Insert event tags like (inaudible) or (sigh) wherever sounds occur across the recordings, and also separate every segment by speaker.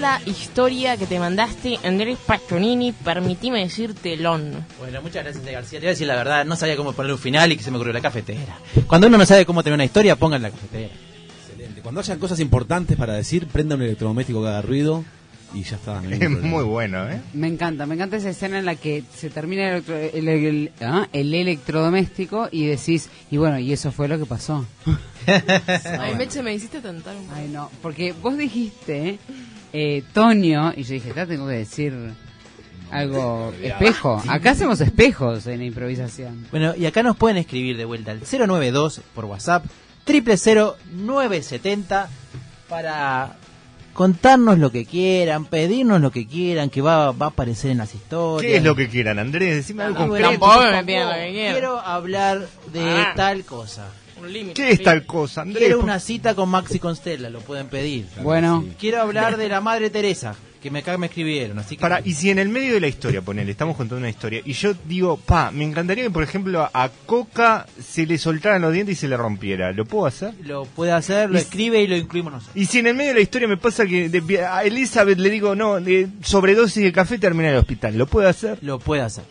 Speaker 1: la historia que te mandaste, Andrés Paschonini, permitime decirte,
Speaker 2: (laughs)
Speaker 1: Lon.
Speaker 3: Bueno, muchas gracias, Andrés García. Te voy a decir la verdad, no sabía cómo ponerle un final y que se me ocurrió la cafetera. Cuando uno no sabe cómo tener una historia, pongan la cafetera.
Speaker 4: Excelente. Cuando hayan cosas importantes para decir, prenda un electrodoméstico que haga ruido y ya está. no
Speaker 2: (laughs)
Speaker 4: hay
Speaker 2: Es
Speaker 4: ningún
Speaker 2: muy
Speaker 4: problema.
Speaker 2: bueno, ¿eh?
Speaker 5: Me encanta, me encanta esa escena en la que se termina el, electro- el- el- ah, el electrodoméstico y decís, y bueno, y eso fue lo que pasó.
Speaker 1: Ay, Meche, me hiciste tentar un poco.
Speaker 5: Ay, no, porque vos dijiste, eh, Toño, y yo dije, acá tengo que decir algo, espejo. Acá hacemos espejos en la improvisación.
Speaker 3: Bueno, y acá nos pueden escribir de vuelta al 092 por WhatsApp, 000970 para contarnos lo que quieran, pedirnos lo que quieran, que va, va a aparecer en las historias.
Speaker 2: ¿Qué es lo que quieran, Andrés? Decime algo
Speaker 3: Ah, bueno,
Speaker 2: concreto.
Speaker 1: Tampoco
Speaker 3: por
Speaker 1: me pidan lo
Speaker 2: Oh,
Speaker 3: favor.
Speaker 1: que quieran.
Speaker 3: Quiero hablar de
Speaker 1: Ah.
Speaker 3: tal cosa.
Speaker 1: Un límite.
Speaker 2: ¿Qué es tal cosa, Andrés?
Speaker 3: Quiero una cita con Maxi Constella, lo pueden pedir.
Speaker 5: Bueno,
Speaker 3: Quiero hablar de la Madre Teresa, que me acá me escribieron, así que
Speaker 2: Para, y si en el medio de la historia, ponele, estamos contando una historia, y yo digo, pa, me encantaría que, por ejemplo, a Coca se le soltaran los dientes y se le rompiera. ¿Lo puedo hacer?
Speaker 3: lo puede hacer, lo
Speaker 2: Y-
Speaker 3: escribe y lo incluimos nosotros.
Speaker 2: Y si en el medio de la historia me pasa que de- a Elizabeth le digo, no, de sobredosis de café termina en el hospital, ¿lo puedo hacer?
Speaker 3: Lo puede hacer.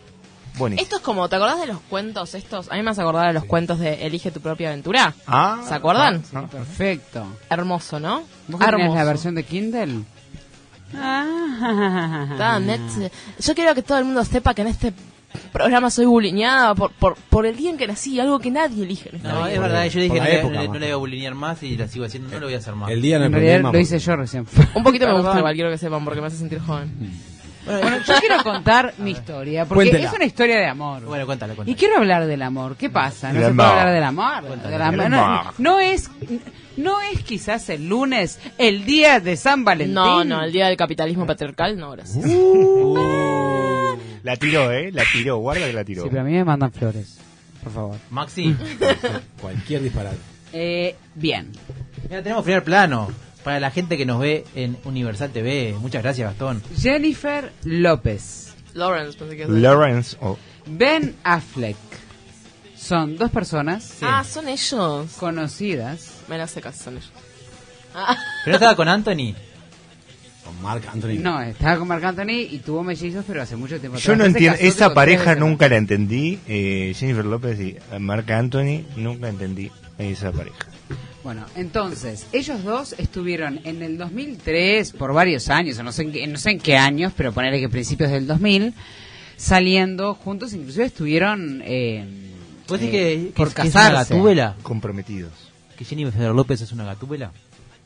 Speaker 2: Buenísimo.
Speaker 1: Esto es como, ¿te acordás de los cuentos estos? A mí me has acordado de los cuentos de Elige tu propia aventura.
Speaker 2: Ah,
Speaker 1: ¿Se acuerdan?
Speaker 2: ah, ah.
Speaker 5: perfecto.
Speaker 1: Hermoso, ¿no?
Speaker 5: ¿Vos que
Speaker 1: Hermoso.
Speaker 5: tenés la versión de Kindle?
Speaker 1: Está,
Speaker 5: Ah,
Speaker 1: Meche. Yo quiero que todo el mundo sepa que en este programa soy bulineada por, por, por el día en que nací, algo que nadie elige. en esta
Speaker 3: No,
Speaker 1: vida.
Speaker 3: es verdad, yo dije
Speaker 4: Por
Speaker 3: no
Speaker 4: la
Speaker 3: le,
Speaker 4: época,
Speaker 3: no le-
Speaker 4: más.
Speaker 3: no le voy a bulinear más y la sigo haciendo, no lo voy a hacer más.
Speaker 4: El día no
Speaker 5: En
Speaker 4: hay
Speaker 5: realidad
Speaker 4: problema.
Speaker 5: lo hice yo recién.
Speaker 1: Un poquito me gusta
Speaker 5: Perdón.
Speaker 1: igual, quiero que sepan, porque me hace sentir joven.
Speaker 5: Bueno, yo quiero contar mi historia, porque
Speaker 4: Cuéntela.
Speaker 5: es una historia de amor.
Speaker 3: Bueno, cuéntalo,
Speaker 5: y
Speaker 3: cuéntalo.
Speaker 5: quiero hablar del amor. ¿Qué pasa? No
Speaker 2: Del
Speaker 5: se puede
Speaker 2: amor.
Speaker 5: hablar del amor. Del amor.
Speaker 2: del
Speaker 5: No,
Speaker 2: amor.
Speaker 5: no es, no es quizás el lunes, el día de San
Speaker 2: Mm.
Speaker 5: Valentín.
Speaker 1: No, no, el día del capitalismo patriarcal, no, gracias.
Speaker 2: La tiró, ¿eh? La tiró, guarda que la
Speaker 5: Sí,
Speaker 2: tiró.
Speaker 5: pero a mí me mandan flores, por favor.
Speaker 3: Maxi,
Speaker 4: Cualquier disparate.
Speaker 5: Eh, bien.
Speaker 3: mira, tenemos primer plano para la gente que nos ve en Universal TV. Muchas gracias, Gastón.
Speaker 5: Jennifer López,
Speaker 1: Lawrence, pensé que era.
Speaker 2: Lawrence, o
Speaker 5: Ben Affleck, son dos personas
Speaker 1: Ah, son ellos.
Speaker 5: conocidas.
Speaker 1: Me la sé casi, son ellos.
Speaker 3: Pero no estaba con Anthony.
Speaker 4: Con Mark Anthony.
Speaker 5: No, estaba con Marc Anthony y tuvo mellizos, pero hace mucho tiempo.
Speaker 2: Yo
Speaker 5: atrás.
Speaker 2: no
Speaker 5: Se
Speaker 2: entiendo,
Speaker 5: casó,
Speaker 2: esa
Speaker 5: tipo,
Speaker 2: pareja
Speaker 5: tres veces.
Speaker 2: nunca la entendí, eh, Jennifer López y Marc Anthony, nunca entendí esa pareja.
Speaker 5: Bueno, entonces, ellos dos estuvieron en el 2003 por varios años, o no sé en qué, no sé en qué años, pero ponerle que principios del 2000, saliendo juntos, inclusive estuvieron eh,
Speaker 3: ¿Vos
Speaker 5: eh,
Speaker 3: decís que, que-
Speaker 5: por
Speaker 3: que es una
Speaker 5: casarse.
Speaker 3: gatúbela?
Speaker 2: Comprometidos.
Speaker 3: ¿Que Jennifer López es una gatúbela?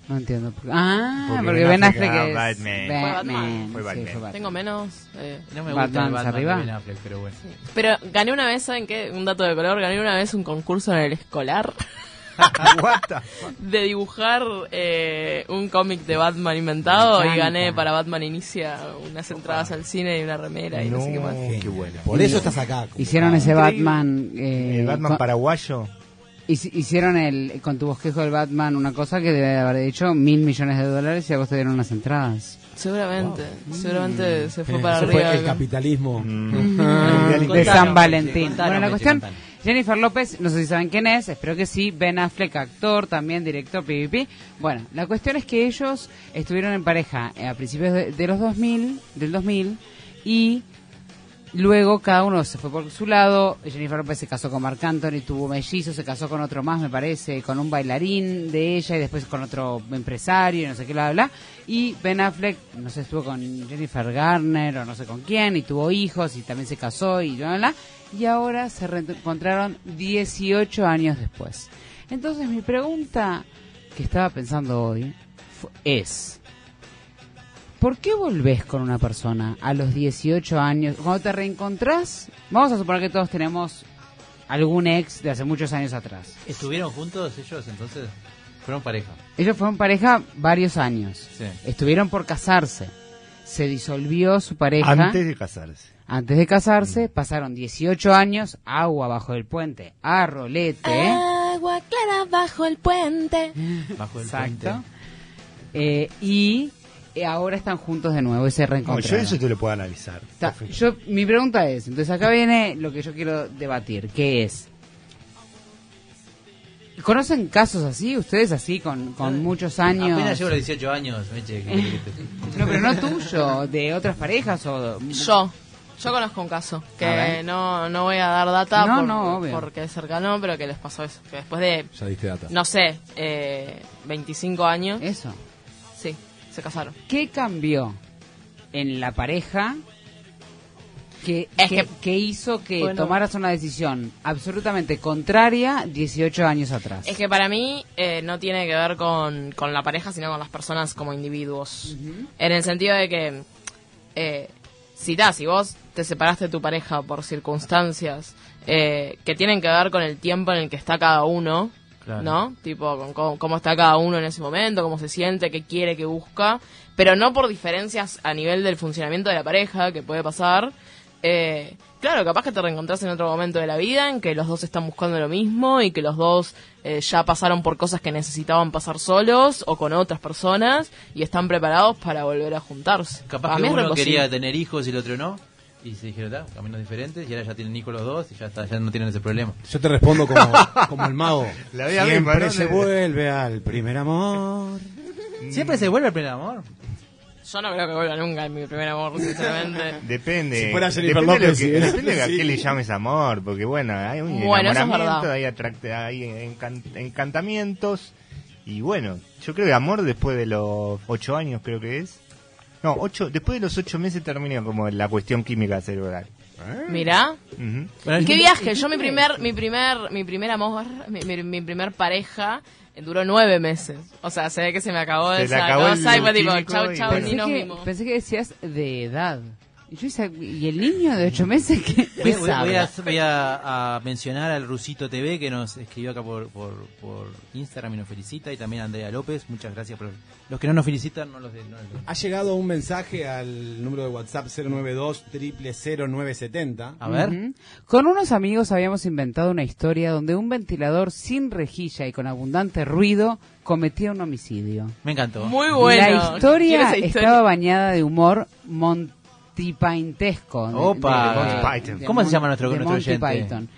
Speaker 5: no entiendo. por- ah,
Speaker 2: Porque
Speaker 5: porque,
Speaker 2: Ben
Speaker 5: Ben
Speaker 2: Affleck
Speaker 5: Affleck es
Speaker 2: era Batman.
Speaker 1: Fue
Speaker 5: Batman.
Speaker 1: Batman.
Speaker 2: Fue
Speaker 5: sí,
Speaker 2: Batman.
Speaker 5: fue
Speaker 1: Tengo menos. eh,
Speaker 3: No me
Speaker 5: Batman,
Speaker 3: gusta el Batman
Speaker 5: arriba.
Speaker 3: de Ben Affleck, pero bueno.
Speaker 1: Pero gané una vez, ¿saben qué? Un dato de color, gané una vez un concurso en el escolar (laughs)
Speaker 2: What (laughs) the fuck?
Speaker 1: de dibujar eh, un cómic de Batman inventado
Speaker 5: Me
Speaker 1: y gané
Speaker 5: encanta.
Speaker 1: para Batman Inicia unas entradas al cine y una remera y no, sé qué más.
Speaker 2: No, qué bueno.
Speaker 4: Por eso estás acá. como-
Speaker 5: Hicieron ese
Speaker 2: Increíble.
Speaker 5: Batman. eh,
Speaker 2: El Batman
Speaker 5: con-
Speaker 2: paraguayo.
Speaker 5: hici- Hicieron el, con tu bosquejo del Batman una cosa que debe de haber hecho mil millones de dólares y a vos te dieron unas entradas.
Speaker 1: Seguramente, Mm. seguramente se fue
Speaker 4: Eh,
Speaker 1: para
Speaker 4: eso
Speaker 1: arriba.
Speaker 4: fue el
Speaker 1: acá.
Speaker 4: capitalismo.
Speaker 2: Mm.
Speaker 5: de
Speaker 3: Ah, Contanos,
Speaker 5: San Valentín.
Speaker 3: contanos,
Speaker 5: bueno, la
Speaker 3: Meche,
Speaker 5: cuestión,
Speaker 3: contanos.
Speaker 5: Jennifer López, no sé si saben quién es, espero que sí, Ben Affleck, actor, también director, PvP. Bueno, la cuestión es que ellos estuvieron en pareja eh, a principios de, de los 2000, del 2000, y luego cada uno se fue por su lado, Jennifer López se casó con Marc Anthony, tuvo mellizo, se casó con otro más, me parece, con un bailarín de ella, y después con otro empresario, y no sé qué, bla, bla, bla. Y Ben Affleck, no sé, estuvo con Jennifer Garner, o no sé con quién, y tuvo hijos, y también se casó, y bla, bla, bla y ahora se reencontraron 18 años después. Entonces mi pregunta que estaba pensando hoy fu- es, ¿por qué volvés con una persona a los 18 años? Cuando te reencontrás, vamos a suponer que todos tenemos algún ex de hace muchos años atrás.
Speaker 3: ¿Estuvieron juntos ellos entonces? Fueron pareja.
Speaker 5: Ellos fueron pareja varios años.
Speaker 3: Sí.
Speaker 5: Estuvieron por casarse. Se disolvió su pareja.
Speaker 2: Antes de casarse.
Speaker 5: Antes de casarse, pasaron 18 años, agua bajo el puente, a rolete.
Speaker 1: Ah. Agua clara bajo el puente.
Speaker 5: Mm.
Speaker 3: Bajo el
Speaker 5: Exacto.
Speaker 3: puente.
Speaker 5: Eh, y eh, ahora están juntos de nuevo y se
Speaker 2: No, yo
Speaker 5: reencontraron.
Speaker 2: eso te lo puedo analizar.
Speaker 5: Ta-
Speaker 2: Perfecto.
Speaker 5: yo- mi pregunta es, entonces acá viene lo que yo quiero debatir, que es, ¿Conocen casos así? ¿Ustedes así con, con muchos años?
Speaker 3: Apenas llevo los 18 años, Meche.
Speaker 5: (laughs)
Speaker 3: que-
Speaker 5: No, pero no tuyo, de otras parejas o...
Speaker 1: Yo. Yo conozco un caso
Speaker 5: A
Speaker 1: que
Speaker 5: ver.
Speaker 1: no, no voy a dar data
Speaker 5: No,
Speaker 1: por-
Speaker 5: no, obvio.
Speaker 1: porque es cercano, pero que les pasó eso. Que después de,
Speaker 4: Ya diste data.
Speaker 1: no sé, eh, 25 años,
Speaker 5: Eso.
Speaker 1: sí, se casaron.
Speaker 5: ¿Qué cambió en la pareja que,
Speaker 1: Es
Speaker 5: que,
Speaker 1: que-
Speaker 5: que hizo que
Speaker 1: Bueno.
Speaker 5: tomaras una decisión absolutamente contraria 18 años atrás?
Speaker 1: Es que para mí eh, no tiene que ver con, con la pareja, sino con las personas como individuos. En el sentido de que, eh, si, ta, si vos te separaste de tu pareja por circunstancias eh, que tienen que ver con el tiempo en el que está cada uno,
Speaker 3: Claro.
Speaker 1: ¿no? Tipo, con cómo, cómo está cada uno en ese momento, cómo se siente, qué quiere, qué busca, pero no por diferencias a nivel del funcionamiento de la pareja, que puede pasar. Eh, claro, capaz que te reencontrás en otro momento de la vida en que los dos están buscando lo mismo y que los dos eh, ya pasaron por cosas que necesitaban pasar solos o con otras personas y están preparados para volver a juntarse.
Speaker 3: Capaz
Speaker 1: Para
Speaker 3: que
Speaker 1: mí es
Speaker 3: uno
Speaker 1: re posible.
Speaker 3: quería tener hijos y el otro no. Y se dijeron, "Ta, caminos diferentes. Y ahora ya tienen hijos los dos y ya, está, ya no tienen ese problema.
Speaker 6: Yo te respondo
Speaker 2: (laughs)
Speaker 6: como, como el mago.
Speaker 2: La vida
Speaker 6: Siempre
Speaker 2: misma, ¿no?
Speaker 6: se vuelve al primer amor.
Speaker 3: Siempre se vuelve al primer amor.
Speaker 1: Yo no creo que vuelva nunca en mi primer amor, sinceramente.
Speaker 2: Depende.
Speaker 6: Si fuera Jennifer
Speaker 2: depende
Speaker 6: López,
Speaker 2: de, lo que-
Speaker 6: sí.
Speaker 2: depende de a
Speaker 6: Sí.
Speaker 2: qué le llames amor, porque bueno, hay un
Speaker 1: Bueno, eso es
Speaker 2: enamoramiento,
Speaker 1: verdad.
Speaker 2: hay, atract- hay encan- encantamientos, y bueno, yo creo que amor después de los ocho años creo que es. No, ocho, después de los ocho meses termina como la cuestión química cerebral.
Speaker 1: (laughs) Mirá.
Speaker 2: Ujú.
Speaker 1: ¿Y qué viaje? Yo mi primer, mi primer, mi primer amor, mi, mi- mi primer pareja eh, duró nueve meses. O sea, se ve que se me acabó
Speaker 2: Se le
Speaker 1: esa
Speaker 2: acabó el
Speaker 1: cosa y fue tipo,
Speaker 2: químico
Speaker 1: chau,
Speaker 2: y
Speaker 1: chau,
Speaker 2: bueno.
Speaker 1: ni
Speaker 5: pensé,
Speaker 1: nos
Speaker 5: que,
Speaker 1: vimos.
Speaker 5: pensé que decías de edad. Y, yo decía, ¿y el niño de 8 meses que
Speaker 3: Voy, voy- voy a, voy a- a mencionar al Rusito TV que nos escribió acá por, por, por Instagram y nos felicita. Y también a Andrea López. Muchas gracias. Por, los que no nos felicitan, no los de. no los de-
Speaker 6: Ha llegado un mensaje al número de WhatsApp 092 0970
Speaker 5: Ah,
Speaker 3: A ver.
Speaker 5: Ujú. Mm. Con unos amigos habíamos inventado una historia donde un ventilador sin rejilla y con abundante ruido cometía un homicidio.
Speaker 3: Me encantó.
Speaker 1: Muy bueno.
Speaker 5: La historia,
Speaker 1: Quiero esa
Speaker 5: estaba bañada de humor montipaintesco. de-
Speaker 3: Opa.
Speaker 5: de- de-
Speaker 2: Monty
Speaker 5: de
Speaker 3: ¿Cómo se
Speaker 5: Mon-
Speaker 3: llama nuestro-
Speaker 5: de
Speaker 3: nuestro
Speaker 5: Monty
Speaker 3: oyente?
Speaker 5: Python.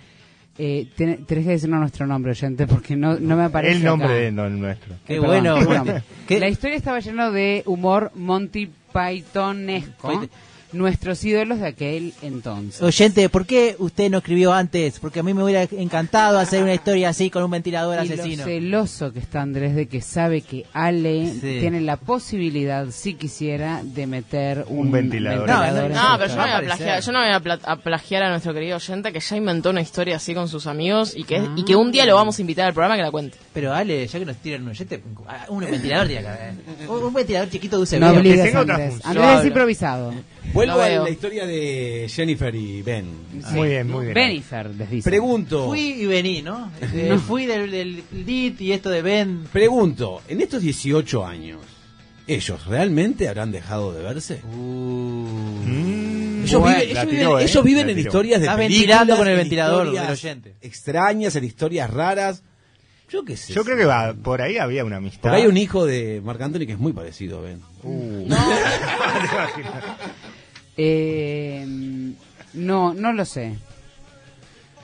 Speaker 5: Eh, ten- tenés que decirnos nuestro nombre, oyente, porque no, no me aparece.
Speaker 2: El nombre
Speaker 5: acá.
Speaker 2: de no, nuestro.
Speaker 3: Qué
Speaker 5: Eh, (laughs)
Speaker 3: bueno.
Speaker 5: perdón, perdón.
Speaker 3: Qué-
Speaker 5: La historia estaba llena de humor Monty Pythonesco,
Speaker 3: Python.
Speaker 5: nuestros ídolos de aquel entonces.
Speaker 3: Oyente, ¿por qué usted no escribió antes? Porque a mí me hubiera encantado hacer una historia así con un ventilador
Speaker 5: y
Speaker 3: asesino.
Speaker 5: lo celoso que está Andrés de que sabe que Ale
Speaker 3: Sí.
Speaker 5: tiene la posibilidad, si quisiera, de meter un,
Speaker 2: Un ventilador.
Speaker 3: No,
Speaker 5: en
Speaker 1: No,
Speaker 5: su
Speaker 1: pero yo no
Speaker 3: Va
Speaker 1: me
Speaker 3: a
Speaker 1: voy a
Speaker 3: aparecer.
Speaker 1: plagiar, yo no me voy a, pla- a plagiar a nuestro querido oyente que ya inventó una historia así con sus amigos y que, y que un día lo vamos a invitar al programa que la cuente.
Speaker 3: Pero Ale, ya que nos tiran un oyente, ah, un ventilador tiene
Speaker 1: (laughs)
Speaker 3: que haber. Un, un ventilador chiquito de USB.
Speaker 5: No
Speaker 3: aunque
Speaker 5: obligues
Speaker 2: tenga
Speaker 5: a
Speaker 2: otra
Speaker 5: Andrés.
Speaker 2: función.
Speaker 5: Andrés es
Speaker 3: Hablo.
Speaker 5: improvisado.
Speaker 1: Lo
Speaker 6: Vuelvo a
Speaker 1: veo.
Speaker 6: la historia de Jennifer y Ben.
Speaker 2: Muy bien, muy bien.
Speaker 5: Benifer, les dice.
Speaker 6: Pregunto,
Speaker 3: Fui y vení, ¿no? Eh, Fui del, del DIT y esto de Ben.
Speaker 6: pregunto, en estos 18 años, ¿ellos realmente habrán dejado de verse?
Speaker 5: Uh.
Speaker 2: Mm,
Speaker 6: Ellos
Speaker 2: bueno,
Speaker 6: viven,
Speaker 2: la
Speaker 6: ellos
Speaker 2: tiró,
Speaker 6: viven-
Speaker 2: ¿eh?
Speaker 6: ellos viven
Speaker 2: La
Speaker 6: en
Speaker 2: tiró.
Speaker 6: historias de
Speaker 3: Está
Speaker 6: películas,
Speaker 3: ventilando con el
Speaker 6: en
Speaker 3: ventilador del
Speaker 6: historias
Speaker 3: oyente.
Speaker 6: Extrañas, en historias raras. Yo qué sé.
Speaker 2: Yo creo que va, por ahí había una amistad. Uh.
Speaker 6: Porque hay un hijo de Marc Anthony que es muy parecido a Ben.
Speaker 2: (laughs)
Speaker 5: Eh, no, no lo sé.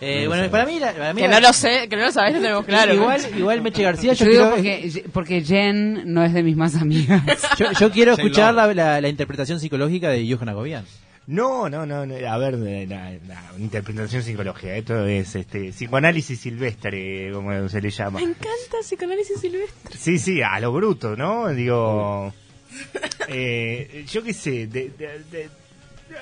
Speaker 3: Eh, bueno, para mí, la- para mí
Speaker 1: Que
Speaker 3: la-
Speaker 1: no lo sé, que no lo sabés, lo tenemos claro.
Speaker 3: Igual, igual Meche García, yo,
Speaker 5: Yo digo
Speaker 3: quiero,
Speaker 5: porque, porque Jen no es de mis
Speaker 3: (laughs)
Speaker 5: más amigas.
Speaker 3: yo, yo quiero
Speaker 6: Jen
Speaker 3: escuchar
Speaker 6: Love.
Speaker 3: la, la- la interpretación psicológica de Johan Agobian.
Speaker 2: No, no, no, no, a ver, eh, la, la interpretación psicológica, esto es este psicoanálisis silvestre, como se le llama.
Speaker 1: Me encanta psicoanálisis silvestre.
Speaker 2: Sí, sí, a lo bruto, ¿no? Digo, eh, yo qué sé, de- de- de-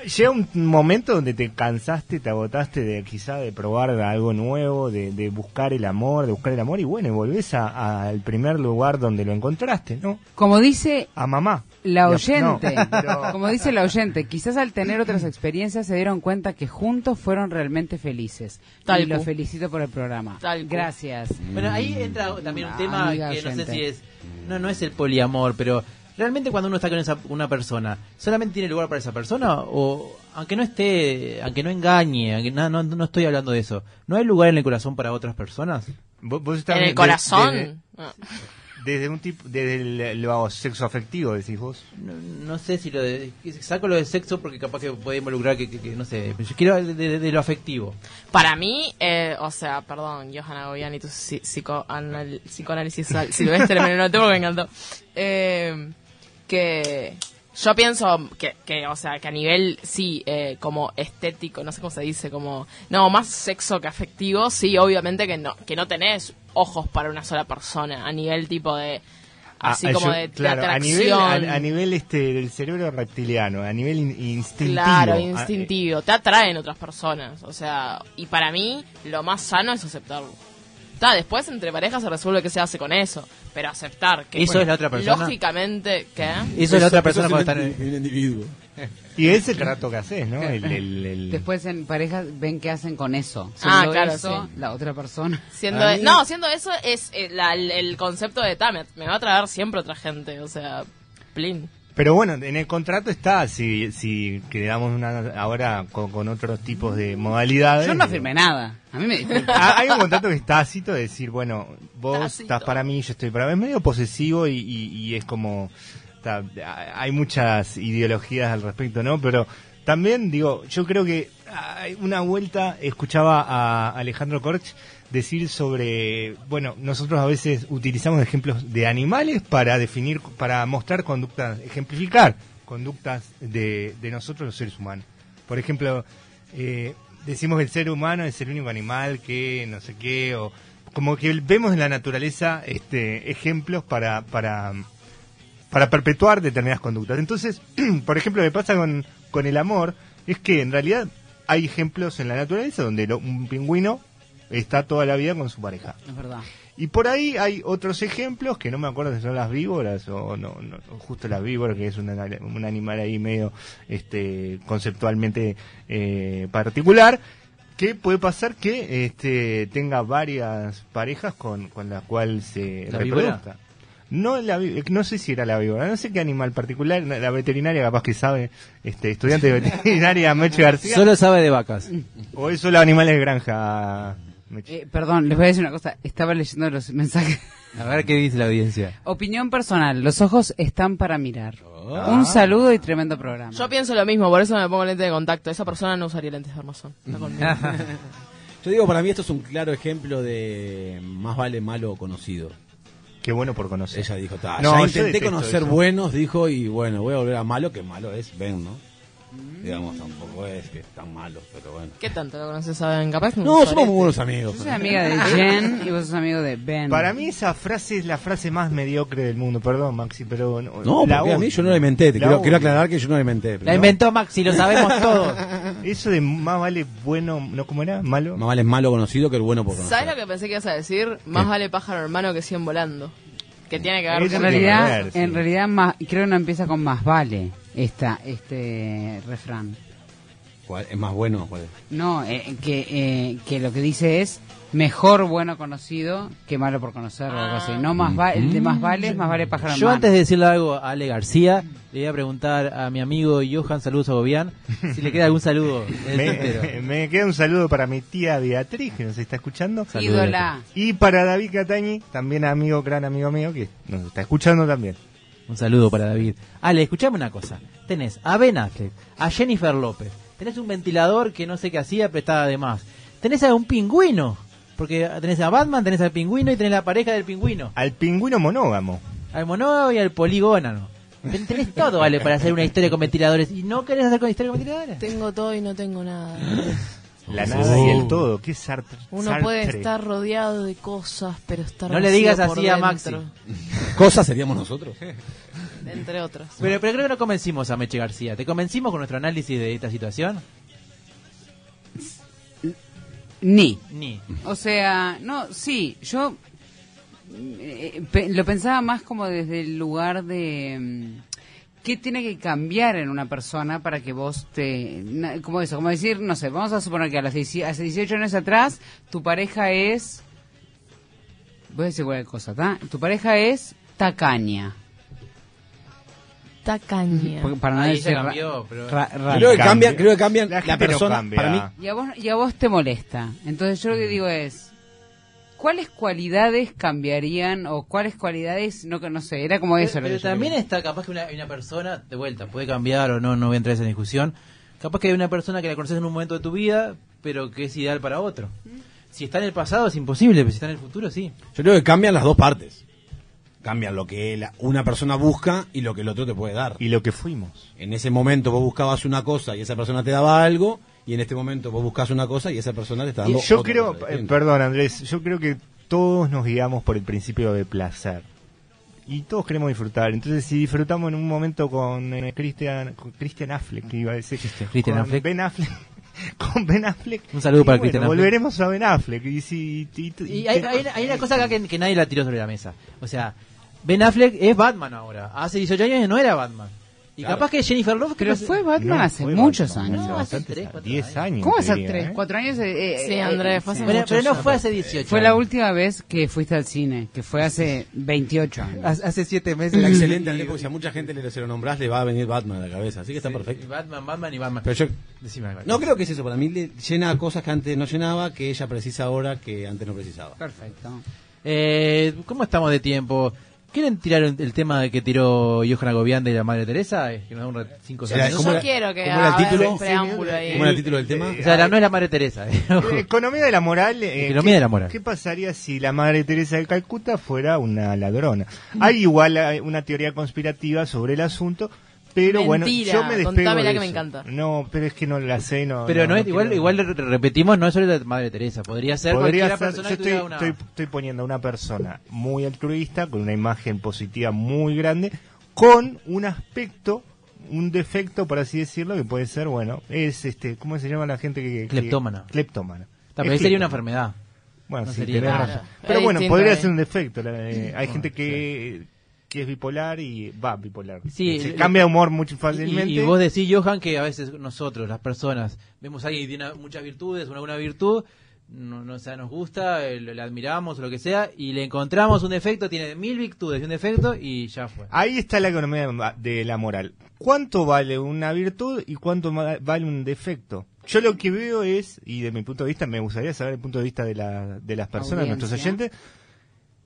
Speaker 2: llega un momento donde te cansaste, te agotaste de quizá de probar algo nuevo, de, de buscar el amor, de buscar el amor y bueno, y volvés a- a- al primer lugar donde lo encontraste, ¿no?
Speaker 5: Como dice
Speaker 2: A mamá.
Speaker 5: La
Speaker 2: No,
Speaker 5: oyente,
Speaker 2: no, pero-
Speaker 5: (laughs) como dice la oyente, quizás al tener otras experiencias se dieron cuenta que juntos fueron realmente felices.
Speaker 1: Tal
Speaker 5: y
Speaker 1: cu.
Speaker 5: los felicito por el programa.
Speaker 1: Tal cu.
Speaker 5: Gracias.
Speaker 3: Bueno, ahí entra también un
Speaker 5: Ah,
Speaker 3: tema
Speaker 5: amiga
Speaker 3: que no sé
Speaker 5: oyente.
Speaker 3: si es. No, no es el poliamor, pero realmente cuando uno está con esa, una persona, ¿solamente tiene lugar para esa persona? O aunque no esté, aunque no engañe, aunque, no, no, no estoy hablando de eso, ¿no hay lugar en el corazón para otras personas?
Speaker 2: Vos- vos estás
Speaker 1: En
Speaker 2: de-
Speaker 1: el
Speaker 2: de-
Speaker 1: corazón.
Speaker 2: de-
Speaker 1: Ah.
Speaker 2: desde un tipo, desde el, lo sexo afectivo, decís vos.
Speaker 3: No, no sé si lo de, saco lo de sexo porque capaz que puede involucrar que, que- que no sé. Pero yo quiero de, de- de lo afectivo.
Speaker 1: Para mí, eh, o sea, perdón, Johanna Goyan y tu psi- psicoanal- psicoanálisis sal- silvestre, me lo tengo que me encantó. Eh, que yo pienso que, que, o sea, que a nivel, sí, eh, como estético, no sé cómo se dice, como, no, más sexo que afectivo, sí, obviamente que no, que no tenés ojos para una sola persona, a nivel tipo de, así
Speaker 2: Ah,
Speaker 1: como
Speaker 2: yo-
Speaker 1: de, de
Speaker 2: claro, a nivel,
Speaker 1: atracción.
Speaker 2: a- a nivel, este del cerebro reptiliano, a nivel in- instintivo.
Speaker 1: Claro,
Speaker 2: Ah,
Speaker 1: instintivo. Te atraen otras personas. O sea, y para mí, lo más sano es aceptarlo. Está, después entre parejas se resuelve qué se hace con eso. Pero aceptar que.
Speaker 3: ¿Eso es la otra persona?
Speaker 1: Lógicamente, ¿qué?
Speaker 3: Eso es la otra persona
Speaker 6: eso es
Speaker 3: cuando
Speaker 6: el
Speaker 3: están en-
Speaker 6: indi- el individuo.
Speaker 2: eh, Y es el trato que haces, ¿no? El, el- el-
Speaker 5: Después en pareja ven qué hacen con eso.
Speaker 1: Ah,
Speaker 5: Siendo
Speaker 1: claro,
Speaker 5: eso,
Speaker 1: sí.
Speaker 5: La otra persona.
Speaker 1: Siendo
Speaker 6: Para
Speaker 1: de-
Speaker 6: mí-
Speaker 1: no, siendo eso, es el, la- el- el concepto de Tamet. Me va a traer siempre otra gente. O sea, plin.
Speaker 2: Pero bueno, en el contrato está, si, si creamos una, ahora con, con otros tipos de modalidades.
Speaker 5: Yo no firmé nada. A mí
Speaker 1: (laughs)
Speaker 5: me disculpa.
Speaker 2: Ah, Hay un contrato que es tácito de decir, bueno, vos
Speaker 1: Tácito.
Speaker 2: estás para mí, yo estoy para mí. Es medio posesivo y, y- y es como. está- hay muchas ideologías al respecto, ¿no? Pero también, digo, yo creo que hay una vuelta escuchaba a Alejandro Corch decir sobre. Bueno, nosotros a veces utilizamos ejemplos de animales para definir, para mostrar conductas, ejemplificar conductas de, de nosotros los seres humanos. Por ejemplo, eh, decimos que el ser humano es el único animal que no sé qué, o como que vemos en la naturaleza este, ejemplos para, para, para perpetuar determinadas conductas. Entonces, (clears throat) por ejemplo, me pasa con, con el amor, es que en realidad hay ejemplos en la naturaleza donde lo- un pingüino está toda la vida con su pareja.
Speaker 5: Es verdad.
Speaker 2: Y por ahí hay otros ejemplos que no me acuerdo si son las víboras o no, no- o justo las víboras, que es un, ana- un animal ahí medio este, conceptualmente eh, particular, que puede pasar que este, tenga varias parejas con, con la cual se
Speaker 3: ¿La víbora?
Speaker 2: reproduzca. No, la vi- no sé si era la víbora, no sé qué animal particular, la veterinaria capaz que sabe, este, estudiante de veterinaria Meche García,
Speaker 3: Solo sabe de vacas.
Speaker 2: o es solo animales de granja. Meche.
Speaker 5: Eh, perdón, les voy a decir una cosa. Estaba leyendo los mensajes. (laughs)
Speaker 3: A ver qué dice la audiencia.
Speaker 5: Opinión personal. Los ojos están para mirar.
Speaker 2: Ah.
Speaker 5: Un saludo y tremendo programa.
Speaker 1: Yo pienso lo mismo, por eso me pongo lente de contacto. Esa persona no usaría lentes de armazón. Está conmigo.
Speaker 6: Yo digo, para mí esto es un claro ejemplo de más vale malo conocido.
Speaker 2: Qué bueno por conocer.
Speaker 6: Ella dijo, "Ta,
Speaker 2: No,
Speaker 6: ya
Speaker 2: yo
Speaker 6: intenté
Speaker 2: detesto
Speaker 6: conocer
Speaker 2: eso.
Speaker 6: buenos, dijo, y bueno, voy a volver a malo, que malo es, ven, ¿no?
Speaker 2: Mm.
Speaker 6: Digamos, tampoco es que es tan malo, pero bueno.
Speaker 1: ¿Qué tanto lo conoces a Ben? Capaz que un
Speaker 6: No, somos
Speaker 1: sorete.
Speaker 6: muy buenos amigos.
Speaker 5: Yo soy amiga
Speaker 2: (laughs)
Speaker 5: de Jen y vos sos amigo de Ben.
Speaker 2: Para mí esa frase es la frase más mediocre del mundo, perdón Maxi, pero
Speaker 6: No,
Speaker 2: Pues la
Speaker 6: porque a mí
Speaker 2: odio.
Speaker 6: yo no le menté, te
Speaker 2: La
Speaker 6: quiero,
Speaker 2: odio.
Speaker 6: quiero aclarar que yo no le menté. pero
Speaker 3: La
Speaker 6: no.
Speaker 3: inventó Maxi, lo (laughs) sabemos todos.
Speaker 2: Eso de más vale bueno, ¿no cómo era? Malo.
Speaker 6: Más vale es malo conocido que el bueno por conocer.
Speaker 1: ¿Sabes lo que pensé que ibas a decir? Más vale pájaro hermano que 100 volando. Que tiene que ver
Speaker 2: Eso
Speaker 5: en
Speaker 1: con...
Speaker 2: es
Speaker 5: realidad,
Speaker 2: sí.
Speaker 5: en realidad más, creo que no empieza con más vale esta, este refrán.
Speaker 6: ¿Cuál es más bueno? cuál es?
Speaker 5: No, eh, que, eh, que lo que dice es mejor bueno conocido que malo por conocer o algo así. No más va- el de más vale es más vale pájaro en
Speaker 3: Yo
Speaker 5: mano.
Speaker 3: antes de decirle algo a Ale García, le voy a preguntar a mi amigo Johan Saludos a Gobián si le queda algún saludo. del
Speaker 6: (laughs)
Speaker 2: (laughs) Me,
Speaker 3: soltero.
Speaker 2: me queda un saludo para mi tía Beatriz que nos está escuchando
Speaker 5: Ídola.
Speaker 2: y para David Catañi, también amigo, gran amigo mío que nos está escuchando también.
Speaker 3: Un saludo para David. Ale, escuchame una cosa. Tenés a Ben Affleck, a Jennifer López, tenés un ventilador que no sé qué hacía, pero estaba de más. Tenés a un pingüino, porque tenés a Batman, tenés al pingüino y tenés la pareja del pingüino.
Speaker 2: Al pingüino monógamo.
Speaker 3: Al monógamo y al poligónano. Ten- Tenés todo, Ale, para hacer una historia con ventiladores. ¿Y no querés hacer con historia con ventiladores?
Speaker 1: Tengo todo y no tengo
Speaker 3: (laughs)
Speaker 1: nada.
Speaker 2: La nada y
Speaker 6: Uh.
Speaker 2: el todo, qué Sartre.
Speaker 1: Uno
Speaker 2: Sartre.
Speaker 1: puede estar rodeado de cosas, pero estar
Speaker 3: No le
Speaker 1: vacío
Speaker 3: digas
Speaker 1: por
Speaker 3: así a
Speaker 1: dentro,
Speaker 6: Cosas seríamos nosotros.
Speaker 1: Entre otras.
Speaker 3: Pero, pero creo que no convencimos a Meche García. ¿Te convencimos con nuestro análisis de esta situación?
Speaker 5: Ni.
Speaker 3: Ni.
Speaker 5: O sea, no, sí, yo eh, pe- lo pensaba más como desde el lugar de mm, qué tiene que cambiar en una persona para que vos te na- como eso, como decir, no sé, vamos a suponer que a las dieci- hace 18 años atrás tu pareja es voy a decir cualquier cosa, ¿está? Tu pareja es tacaña.
Speaker 1: Tacaña.
Speaker 5: Porque para no
Speaker 3: Ahí
Speaker 5: decir
Speaker 3: ya
Speaker 5: ra-
Speaker 3: cambió, pero-
Speaker 5: ra- ra-
Speaker 6: Creo que
Speaker 2: Cambia.
Speaker 6: cambian, creo que cambian
Speaker 2: La
Speaker 6: la,
Speaker 2: gente no
Speaker 6: persona.
Speaker 2: cambia.
Speaker 6: Para mí,
Speaker 2: Mm.
Speaker 5: y a vos y a vos te molesta. Entonces yo lo que digo es ¿Cuáles cualidades cambiarían o cuáles cualidades no no sé? Era como eso.
Speaker 3: Pero,
Speaker 5: lo que yo
Speaker 3: también
Speaker 5: quería.
Speaker 3: está capaz que una, una persona, de vuelta, puede cambiar o no, no voy a entrar en esa discusión. Capaz que hay una persona que la conoces en un momento de tu vida, pero que es ideal para otro. Si está en el pasado es imposible, pero si está en el futuro sí.
Speaker 6: Yo creo que cambian las dos partes. Cambian lo que la- una persona busca y lo que el otro te puede dar.
Speaker 2: Y lo que fuimos.
Speaker 6: En ese momento vos buscabas una cosa y esa persona te daba algo, y en este momento vos buscas una cosa y esa persona te está dando
Speaker 2: Yo
Speaker 6: otra
Speaker 2: creo,
Speaker 6: cosa
Speaker 2: eh,
Speaker 6: distinta.
Speaker 2: perdón Andrés, yo creo que todos nos guiamos por el principio de placer. Y todos queremos disfrutar. Entonces, si disfrutamos en un momento con eh, Christian, con Christian Affleck, que iba a decir.
Speaker 3: Christian
Speaker 2: con
Speaker 3: Affleck.
Speaker 2: Ben Affleck. (laughs) Con Ben Affleck.
Speaker 3: Un saludo
Speaker 2: Y
Speaker 3: para
Speaker 2: bueno,
Speaker 3: Christian Affleck.
Speaker 2: Volveremos a Ben Affleck. Y si, y- y-
Speaker 3: Y hay, hay una, hay una cosa acá que, que nadie la tiró sobre la mesa. O sea, Ben Affleck es Batman ahora. Hace 18 años no era Batman. Y
Speaker 6: Claro.
Speaker 3: capaz que Jennifer Love...
Speaker 5: Pero
Speaker 3: capaz-
Speaker 5: fue Batman
Speaker 2: No,
Speaker 5: hace
Speaker 2: fue
Speaker 5: muchos
Speaker 2: Batman,
Speaker 5: años.
Speaker 3: No, hace
Speaker 2: bastantes
Speaker 3: tres,
Speaker 2: años,
Speaker 3: cuatro
Speaker 2: 10
Speaker 3: años.
Speaker 2: años.
Speaker 5: ¿Cómo
Speaker 2: te
Speaker 5: hace
Speaker 2: diría,
Speaker 5: tres,
Speaker 2: eh.
Speaker 5: cuatro años? Eh, eh,
Speaker 1: Sí,
Speaker 5: eh,
Speaker 1: Andrés,
Speaker 5: eh,
Speaker 1: fue hace
Speaker 5: sí.
Speaker 1: mucho.
Speaker 3: Pero, pero no
Speaker 1: ya,
Speaker 3: fue hace 18
Speaker 5: Fue la
Speaker 3: años.
Speaker 5: última vez que fuiste al cine, que fue hace 28
Speaker 1: Ah.
Speaker 5: años.
Speaker 3: Hace hace 7 meses. (laughs)
Speaker 6: Está excelente, Andrés, porque si a mucha gente le, se lo nombrás, le va a venir Batman a la cabeza. Así que está perfecto.
Speaker 3: Y Batman, Batman y Batman.
Speaker 6: Pero yo
Speaker 3: Decime algo.
Speaker 6: no creo que es eso. Para mí le llena cosas que antes no llenaba, que ella precisa ahora que antes no precisaba.
Speaker 5: Perfecto.
Speaker 3: Eh, ¿Cómo estamos de tiempo? ¿Quieren tirar el el tema que tiró Johanna Gobián de la Madre Teresa? Eh, Que nos da un 5
Speaker 6: Era-
Speaker 3: segundos.
Speaker 6: ¿cómo
Speaker 1: Yo
Speaker 6: era-
Speaker 1: quiero que
Speaker 6: cómo era el
Speaker 1: haga un
Speaker 6: título?
Speaker 1: preámbulo
Speaker 3: Eh,
Speaker 1: ahí.
Speaker 6: ¿Cómo era el título del tema?
Speaker 3: O sea, la- no es la Madre Teresa.
Speaker 2: (laughs)
Speaker 3: eh, (laughs) ojo.
Speaker 2: Eh, Economía de la moral. eh,
Speaker 3: Economía
Speaker 2: ¿qué-
Speaker 3: de la moral.
Speaker 2: ¿Qué pasaría si la madre Teresa de Calcuta fuera una ladrona? Hay igual eh, una teoría conspirativa sobre el asunto, pero bueno,
Speaker 1: Mentira,
Speaker 2: yo me despego.
Speaker 1: contámela
Speaker 2: de
Speaker 1: que me
Speaker 2: eso.
Speaker 1: encanta.
Speaker 2: No, pero es que no la sé. No,
Speaker 3: Pero no, es,
Speaker 2: quiero-
Speaker 3: igual, igual re- repetimos, no es solo la Madre Teresa. Podría ser
Speaker 2: Podría
Speaker 3: cualquier
Speaker 2: ser-
Speaker 3: persona
Speaker 2: yo
Speaker 3: que
Speaker 2: estoy,
Speaker 3: tuviera una...
Speaker 2: estoy- estoy poniendo a una persona muy altruista, con una imagen positiva muy grande, con un aspecto, un defecto, por así decirlo, que puede ser, bueno, es este, ¿cómo se llama la gente que... que-
Speaker 3: Cleptómana.
Speaker 2: Cleptómana.
Speaker 3: Está, pero
Speaker 2: Es
Speaker 3: ahí sería
Speaker 2: cleptómana.
Speaker 3: una enfermedad.
Speaker 2: Bueno,
Speaker 3: No
Speaker 2: sí,
Speaker 3: sería
Speaker 2: tenés
Speaker 1: nada.
Speaker 2: razón.
Speaker 1: Es
Speaker 2: Pero bueno,
Speaker 1: distinto,
Speaker 2: podría
Speaker 1: eh.
Speaker 2: ser un defecto. la- eh,
Speaker 3: (laughs)
Speaker 2: hay gente que, que es bipolar y va bipolar.
Speaker 3: Sí,
Speaker 2: Se
Speaker 3: el-
Speaker 2: cambia de humor mucho
Speaker 3: Y,
Speaker 2: fácilmente.
Speaker 3: y vos decís, Johan, que a veces nosotros, las personas, vemos a alguien que tiene una- muchas virtudes, una buena virtud, no, no o sea, nos gusta, eh, lo- le admiramos o lo que sea, y le encontramos un defecto, tiene mil virtudes y un defecto, y ya fue.
Speaker 2: Ahí está la economía de la moral. ¿Cuánto vale una virtud y cuánto ma- vale un defecto? Yo lo que veo es, y de mi punto de vista, me gustaría saber el punto de vista de, la- de las personas,
Speaker 5: Audiencia.
Speaker 2: nuestros oyentes,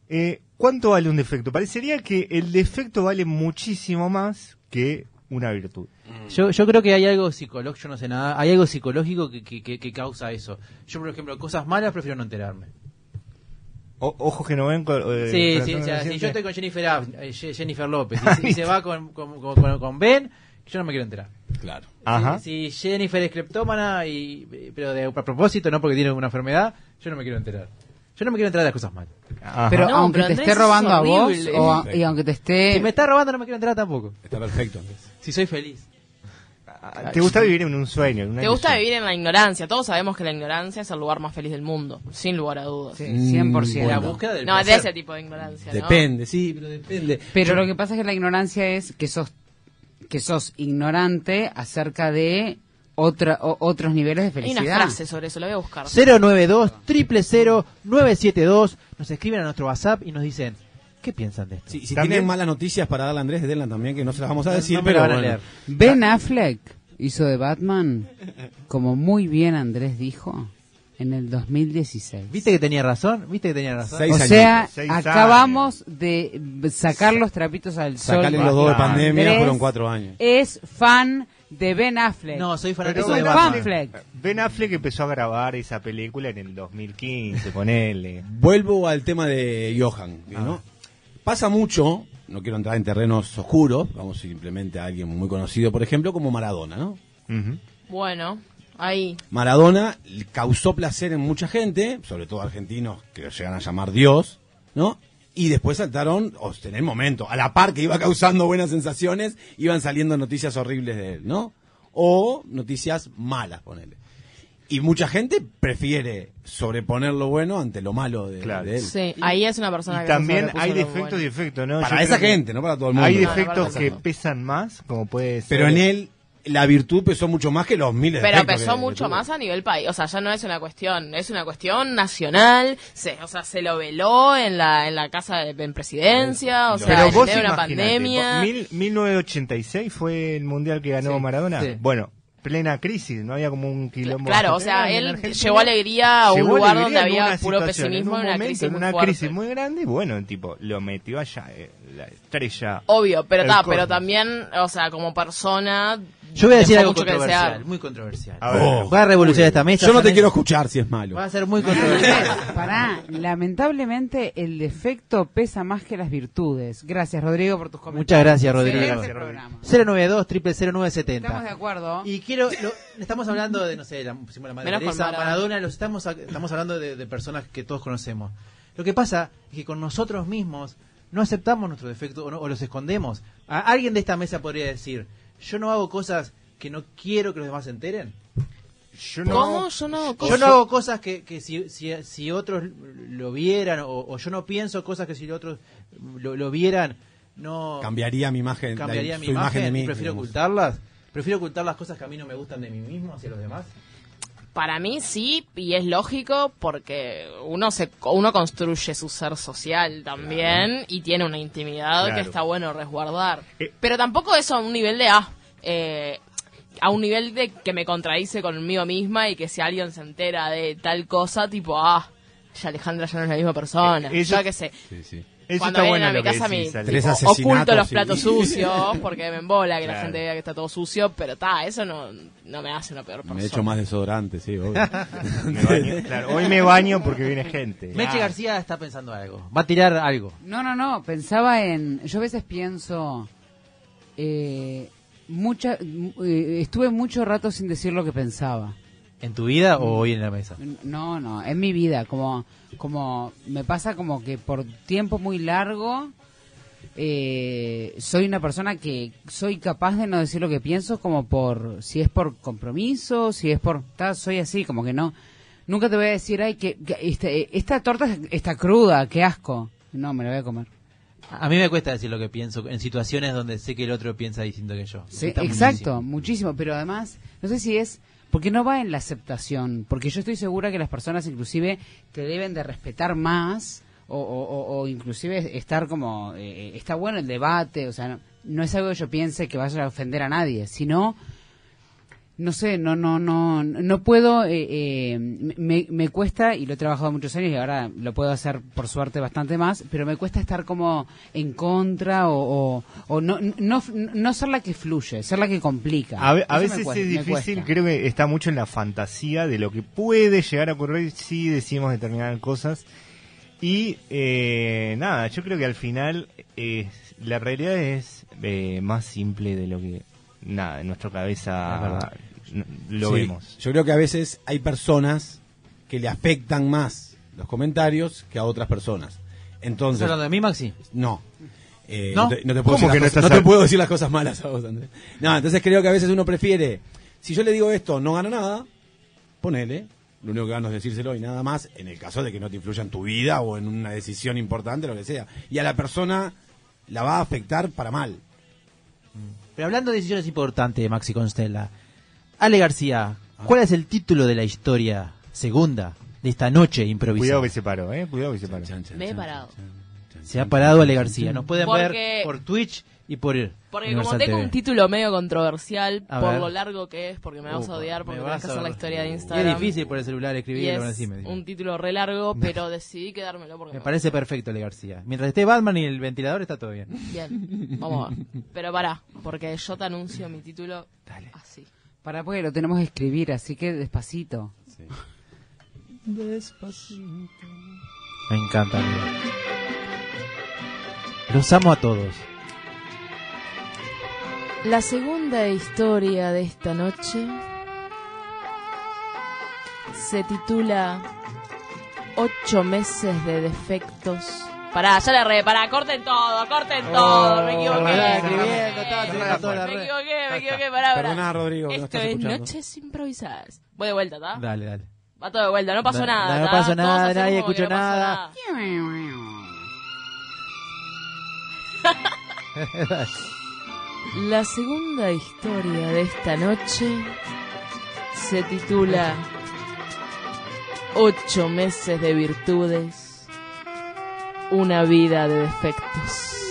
Speaker 2: eh, ¿cuánto vale un defecto? Parecería que el defecto vale muchísimo más que una virtud.
Speaker 1: Mm.
Speaker 3: Yo, yo creo que hay algo psicológico, yo no sé nada, hay algo psicológico que, que- que- que causa eso. Yo, por ejemplo, cosas malas prefiero no enterarme.
Speaker 2: O- ojos que no ven. co- eh,
Speaker 3: Sí, sí,
Speaker 2: corazón
Speaker 3: o sea,
Speaker 2: que no
Speaker 3: si yo
Speaker 2: siente.
Speaker 3: estoy con Jennifer, Ab- eh, Je- Jennifer López y,
Speaker 2: (laughs)
Speaker 3: se- y se va con, con- con- con Ben, yo no me quiero enterar.
Speaker 6: Claro.
Speaker 2: Ajá.
Speaker 3: Si, si Jennifer es cleptómana, y, pero de, a propósito, no porque tiene una enfermedad, yo no me quiero enterar. Yo no me quiero enterar de las cosas malas.
Speaker 2: Ajá.
Speaker 5: Pero
Speaker 1: No,
Speaker 5: aunque
Speaker 1: pero
Speaker 5: te
Speaker 1: Andrés,
Speaker 5: esté
Speaker 1: eso es
Speaker 5: robando a vos
Speaker 1: horrible.
Speaker 5: o a- y aunque te
Speaker 1: Eh.
Speaker 3: Si me
Speaker 5: esté...
Speaker 3: está robando, no me quiero enterar tampoco.
Speaker 6: Está perfecto, Andrés.
Speaker 3: Si soy feliz.
Speaker 2: Ah, ¿Te gusta vivir en un sueño? en una
Speaker 1: Te gusta
Speaker 2: ilusión?
Speaker 1: vivir en la ignorancia. Todos sabemos que la ignorancia es el lugar más feliz del mundo, sin lugar a dudas.
Speaker 5: Sí, 100%.
Speaker 2: Mm,
Speaker 3: La
Speaker 6: Bueno.
Speaker 3: búsqueda del
Speaker 1: No, de
Speaker 3: placer.
Speaker 1: ese tipo de ignorancia. ¿no?
Speaker 6: Depende, sí, pero depende.
Speaker 5: Pero lo que pasa es que la ignorancia es que sos que sos ignorante acerca de otra, o- otros niveles de
Speaker 1: Hay una
Speaker 5: felicidad.
Speaker 1: frase sobre eso, la voy a buscar.
Speaker 3: 092 000 972 nos escriben a nuestro WhatsApp y nos dicen, ¿qué piensan de esto?
Speaker 6: Sí, si
Speaker 2: También-
Speaker 6: tienen malas noticias para darle a Andrés, denlas también, que no se las vamos a
Speaker 3: No, no
Speaker 6: decir,
Speaker 3: me
Speaker 6: pero
Speaker 3: la van a
Speaker 6: bueno.
Speaker 3: leer.
Speaker 5: Ben Affleck hizo de Batman, como muy bien Andrés dijo, en el 2016.
Speaker 3: ¿Viste que tenía razón? ¿Viste que tenía razón?
Speaker 6: Seis
Speaker 5: O
Speaker 6: años.
Speaker 5: sea,
Speaker 2: seis años.
Speaker 5: acabamos de sacar los trapitos al sol.
Speaker 6: Sacarle los dos de
Speaker 2: Bastante.
Speaker 6: pandemia,
Speaker 5: Andrés
Speaker 6: fueron cuatro años.
Speaker 5: Es fan de Ben Affleck.
Speaker 3: No, soy
Speaker 2: Pero
Speaker 3: fanático
Speaker 5: Pero
Speaker 3: de
Speaker 5: Ben
Speaker 3: Batman.
Speaker 5: Affleck.
Speaker 2: Ben Affleck empezó a grabar esa película en el 2015, ponele.
Speaker 6: Vuelvo al tema de Johan.
Speaker 3: Ah.
Speaker 6: ¿no? Pasa mucho, no quiero entrar en terrenos oscuros, vamos simplemente a alguien muy conocido, por ejemplo, como Maradona, ¿no?
Speaker 2: Ujú.
Speaker 1: Bueno, ahí.
Speaker 6: Maradona causó placer en mucha gente, sobre todo argentinos que lo llegan a llamar Dios, ¿no? Y después saltaron, o en el momento, a la par que iba causando buenas sensaciones, iban saliendo noticias horribles de él, ¿no? O noticias malas, ponele. Y mucha gente prefiere sobreponer lo bueno ante lo malo de,
Speaker 2: Claro.
Speaker 6: de él.
Speaker 1: Sí, ahí es una persona
Speaker 2: Y
Speaker 1: que
Speaker 2: también
Speaker 1: no se
Speaker 2: hay
Speaker 1: sobrepuso a lo
Speaker 2: defectos
Speaker 1: bueno.
Speaker 2: y efectos, ¿no?
Speaker 6: Para
Speaker 2: Yo
Speaker 6: esa
Speaker 2: creo que
Speaker 6: gente, no para todo el mundo.
Speaker 2: Hay
Speaker 1: No, no,
Speaker 2: defectos
Speaker 1: no,
Speaker 2: que
Speaker 1: no, no.
Speaker 2: pesan más, como puede ser.
Speaker 6: Pero en él la virtud pesó mucho más que los miles de
Speaker 1: Pero
Speaker 6: defectos
Speaker 1: pesó
Speaker 6: que-
Speaker 1: mucho
Speaker 6: que tuvo.
Speaker 1: más a nivel país. O sea, ya no es una cuestión, es una cuestión nacional. Se, o sea, se lo veló en la, en la casa de en presidencia. O
Speaker 6: Pero
Speaker 1: sea, en
Speaker 2: vos
Speaker 1: medio de una
Speaker 2: imaginate,
Speaker 1: pandemia.
Speaker 2: vos- mil- 1986 fue el mundial que ganó
Speaker 3: Sí,
Speaker 2: Maradona.
Speaker 3: sí.
Speaker 2: Bueno, plena crisis, no había como un quilombo.
Speaker 1: Claro, o sea,
Speaker 2: grande en
Speaker 1: él
Speaker 2: Argentina.
Speaker 1: llevó alegría a un
Speaker 2: Llegó
Speaker 1: lugar
Speaker 2: alegría
Speaker 1: donde
Speaker 2: en
Speaker 1: había
Speaker 2: una
Speaker 1: puro
Speaker 2: situación,
Speaker 1: pesimismo,
Speaker 2: en un
Speaker 1: una
Speaker 2: momento,
Speaker 1: crisis
Speaker 2: en
Speaker 1: muy
Speaker 2: una
Speaker 1: fuerte.
Speaker 2: crisis muy grande y bueno, tipo, lo metió allá eh, la estrella.
Speaker 1: Obvio, pero
Speaker 2: El
Speaker 1: ta,
Speaker 2: cosmos.
Speaker 1: pero también, o sea, como persona.
Speaker 3: Yo voy a decir
Speaker 1: dejó
Speaker 3: algo
Speaker 1: mucho que
Speaker 3: controversial,
Speaker 1: desear.
Speaker 3: muy controversial.
Speaker 2: A ver.
Speaker 6: Oh.
Speaker 3: Va a revolucionar esta mesa.
Speaker 6: Yo no te
Speaker 3: ¿sabes?
Speaker 6: quiero escuchar si es malo.
Speaker 3: Va a ser muy
Speaker 5: (laughs)
Speaker 3: controversial.
Speaker 5: Pará, lamentablemente el defecto pesa más que las virtudes. Gracias, Rodrigo, por tus
Speaker 3: Muchas
Speaker 5: comentarios.
Speaker 3: gracias,
Speaker 5: Excelente
Speaker 3: Rodrigo.
Speaker 2: Gracias, Rodrigo.
Speaker 5: programa.
Speaker 3: 092
Speaker 5: Estamos de
Speaker 3: 00970
Speaker 5: acuerdo.
Speaker 3: Y quiero, lo- estamos hablando de, no sé, la, pusimos la madre
Speaker 1: Menos con
Speaker 3: Teresa,
Speaker 1: Maradona.
Speaker 3: Maradona, los estamos, a- estamos hablando de, de personas que todos conocemos. Lo que pasa es que con nosotros mismos no aceptamos nuestros defectos o, no- o los escondemos. A- alguien de esta mesa podría decir, yo no hago cosas que no quiero que los demás se enteren.
Speaker 2: Yo
Speaker 1: ¿Cómo? Yo no hago
Speaker 3: Yo
Speaker 1: cosas.
Speaker 3: no hago cosas que, que si, si- si otros lo vieran o, o yo no pienso cosas que si otros lo, lo vieran no
Speaker 6: Cambiaría mi imagen, la-
Speaker 3: cambiaría mi
Speaker 6: su
Speaker 3: imagen,
Speaker 6: de mí.
Speaker 3: y prefiero
Speaker 6: digamos.
Speaker 3: ocultarlas. Prefiero ocultar las cosas que a mí no me gustan de mí mismo hacia los demás.
Speaker 1: Para mí sí, y es lógico porque uno se uno construye su ser social también y tiene una intimidad
Speaker 2: Claro.
Speaker 1: que está bueno resguardar.
Speaker 2: Eh.
Speaker 1: Pero tampoco eso a un nivel de ah, eh, a un nivel de que me contradice conmigo misma y que si alguien se entera de tal cosa, tipo ah, ya Alejandra ya no es la misma persona.
Speaker 2: Eh, eso-
Speaker 1: yo qué sé.
Speaker 6: Sí, sí.
Speaker 2: Eso
Speaker 1: Cuando
Speaker 2: está
Speaker 1: vienen
Speaker 2: bueno
Speaker 1: a mi
Speaker 2: lo que
Speaker 1: casa,
Speaker 2: decís,
Speaker 1: mi-
Speaker 2: Ale.
Speaker 6: Tres
Speaker 1: O-
Speaker 6: asesinatos
Speaker 1: oculto los
Speaker 6: y-
Speaker 2: (laughs)
Speaker 1: platos sucios porque me embola que la
Speaker 2: Claro.
Speaker 1: gente vea que está todo sucio, pero ta, eso no, no me hace una peor persona.
Speaker 6: Me he hecho más desodorante, sí, obvio.
Speaker 2: Me baño, claro, hoy me baño porque viene gente.
Speaker 3: Meche García está pensando algo. Va a tirar algo.
Speaker 5: No, no, no. Pensaba en. Yo a veces pienso. eh, mucha, m- eh, estuve mucho rato sin decir lo que pensaba.
Speaker 3: ¿En tu vida o hoy en la mesa?
Speaker 5: No, no. En mi vida, como, como me pasa como que por tiempo muy largo eh, soy una persona que soy capaz de no decir lo que pienso, como por si es por compromiso, si es por ta, soy así, como que no. Nunca te voy a decir, ay, que, que este- esta torta está cruda, qué asco. No, me la voy a comer.
Speaker 3: A mí me cuesta decir lo que pienso en situaciones donde sé que el otro piensa distinto que yo.
Speaker 5: Sí,
Speaker 3: Está
Speaker 5: exacto,
Speaker 3: buenísimo.
Speaker 5: muchísimo. Pero además, no sé si es porque no va en la aceptación, porque yo estoy segura que las personas inclusive te deben de respetar más o, o- o- o inclusive estar como, eh, está bueno el debate, o sea, no, no es algo que yo piense que vaya a ofender a nadie, sino... No sé, no, no, no, no puedo, eh, eh, me, me cuesta, y lo he trabajado muchos años y ahora lo puedo hacer por suerte bastante más, pero me cuesta estar como en contra o, o- o no, no, no ser la que fluye, ser la que complica.
Speaker 2: Ah, A, ve- a
Speaker 5: Eso me
Speaker 2: veces
Speaker 5: cuesta,
Speaker 2: es
Speaker 5: me
Speaker 2: difícil,
Speaker 5: cuesta.
Speaker 2: creo que está mucho en la fantasía de lo que puede llegar a ocurrir si decimos determinadas cosas. Y eh, nada, yo creo que al final eh, la realidad es eh, más simple de lo que nada en nuestra
Speaker 3: Es
Speaker 2: cabeza
Speaker 3: verdad.
Speaker 2: n- lo
Speaker 6: Sí,
Speaker 2: vemos.
Speaker 6: Yo creo que a veces hay personas que le afectan más los comentarios que a otras personas.
Speaker 3: ¿Estás
Speaker 6: Entonces,
Speaker 3: hablando de mí, Maxi?
Speaker 6: no. Eh,
Speaker 3: ¿No?
Speaker 6: no te, no te puedo
Speaker 2: ¿Cómo
Speaker 6: decir
Speaker 2: que no
Speaker 6: las cosas-
Speaker 2: estás
Speaker 6: no te
Speaker 2: al-
Speaker 6: puedo decir las cosas malas a vos, Andrés. No, entonces creo que a veces uno prefiere, si yo le digo esto, no gano nada, ponele, lo único que gano es decírselo y nada más, en el caso de que no te influya en tu vida o en una decisión importante, lo que sea. Y a la persona la va a afectar para mal.
Speaker 3: Pero hablando de decisiones importantes, Maxi Constella. Ale García, ¿cuál es el título de la historia segunda de esta noche improvisada?
Speaker 2: Cuidado que se paró, eh, cuidado que se paró.
Speaker 1: Me he parado.
Speaker 3: Se ha parado Ale García. Nos pueden
Speaker 1: Porque-
Speaker 3: ver por Twitch y por el
Speaker 1: Porque como
Speaker 3: Universal
Speaker 1: tengo
Speaker 3: TV.
Speaker 1: un título medio controversial
Speaker 3: A
Speaker 1: por
Speaker 3: ver.
Speaker 1: lo largo que es, porque me vas a
Speaker 3: Upa,
Speaker 1: odiar, porque
Speaker 3: me
Speaker 1: tenés
Speaker 3: vas
Speaker 1: que
Speaker 3: a
Speaker 1: hacer la
Speaker 3: ver.
Speaker 1: historia de
Speaker 3: Y
Speaker 1: Instagram.
Speaker 3: es difícil por el celular
Speaker 1: Y
Speaker 3: escribirlo.
Speaker 1: es
Speaker 3: decime, decime.
Speaker 1: un título re
Speaker 3: (laughs)
Speaker 1: largo, pero decidí quedármelo porque
Speaker 3: Me parece perfecto Ale García. Mientras esté Batman y el ventilador está todo bien.
Speaker 1: bien. Vamos a ver.
Speaker 3: (laughs)
Speaker 1: Pero pará, porque yo te anuncio mi título así.
Speaker 5: Para porque lo tenemos que escribir, así que despacito.
Speaker 3: Me encanta. amigo. Los amo a todos.
Speaker 1: La segunda historia de esta noche se titula Ocho meses de defectos. Pará, ya la re, pará, corten todo, corten todo, me equivoqué.
Speaker 3: Oh, pará, escribiendo, estaba
Speaker 1: Me
Speaker 3: cerrando toda la red.
Speaker 1: Me equivoqué, me equivoqué, pará, pará.
Speaker 6: Perdona, Rodrigo, que no
Speaker 1: Esto
Speaker 6: estás
Speaker 1: es
Speaker 6: escuchando.
Speaker 1: Noches Improvisadas. Voy de vuelta, ¿tá?
Speaker 3: Dale, dale.
Speaker 1: Va todo de vuelta, no pasó
Speaker 3: Da-
Speaker 1: nada.
Speaker 3: da- no
Speaker 1: ¿tá?
Speaker 3: pasó
Speaker 1: Todos
Speaker 3: nada,
Speaker 1: hacemos
Speaker 3: nadie
Speaker 1: como que
Speaker 3: escuchó
Speaker 1: no pasó
Speaker 3: nada.
Speaker 1: (laughs) La segunda historia de esta noche se titula Ocho meses de virtudes, una vida de defectos.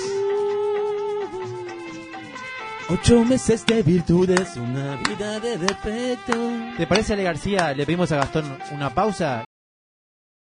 Speaker 7: Ocho meses de virtudes, una vida de defecto.
Speaker 3: ¿Te parece, Ale García? Le pedimos a Gastón una pausa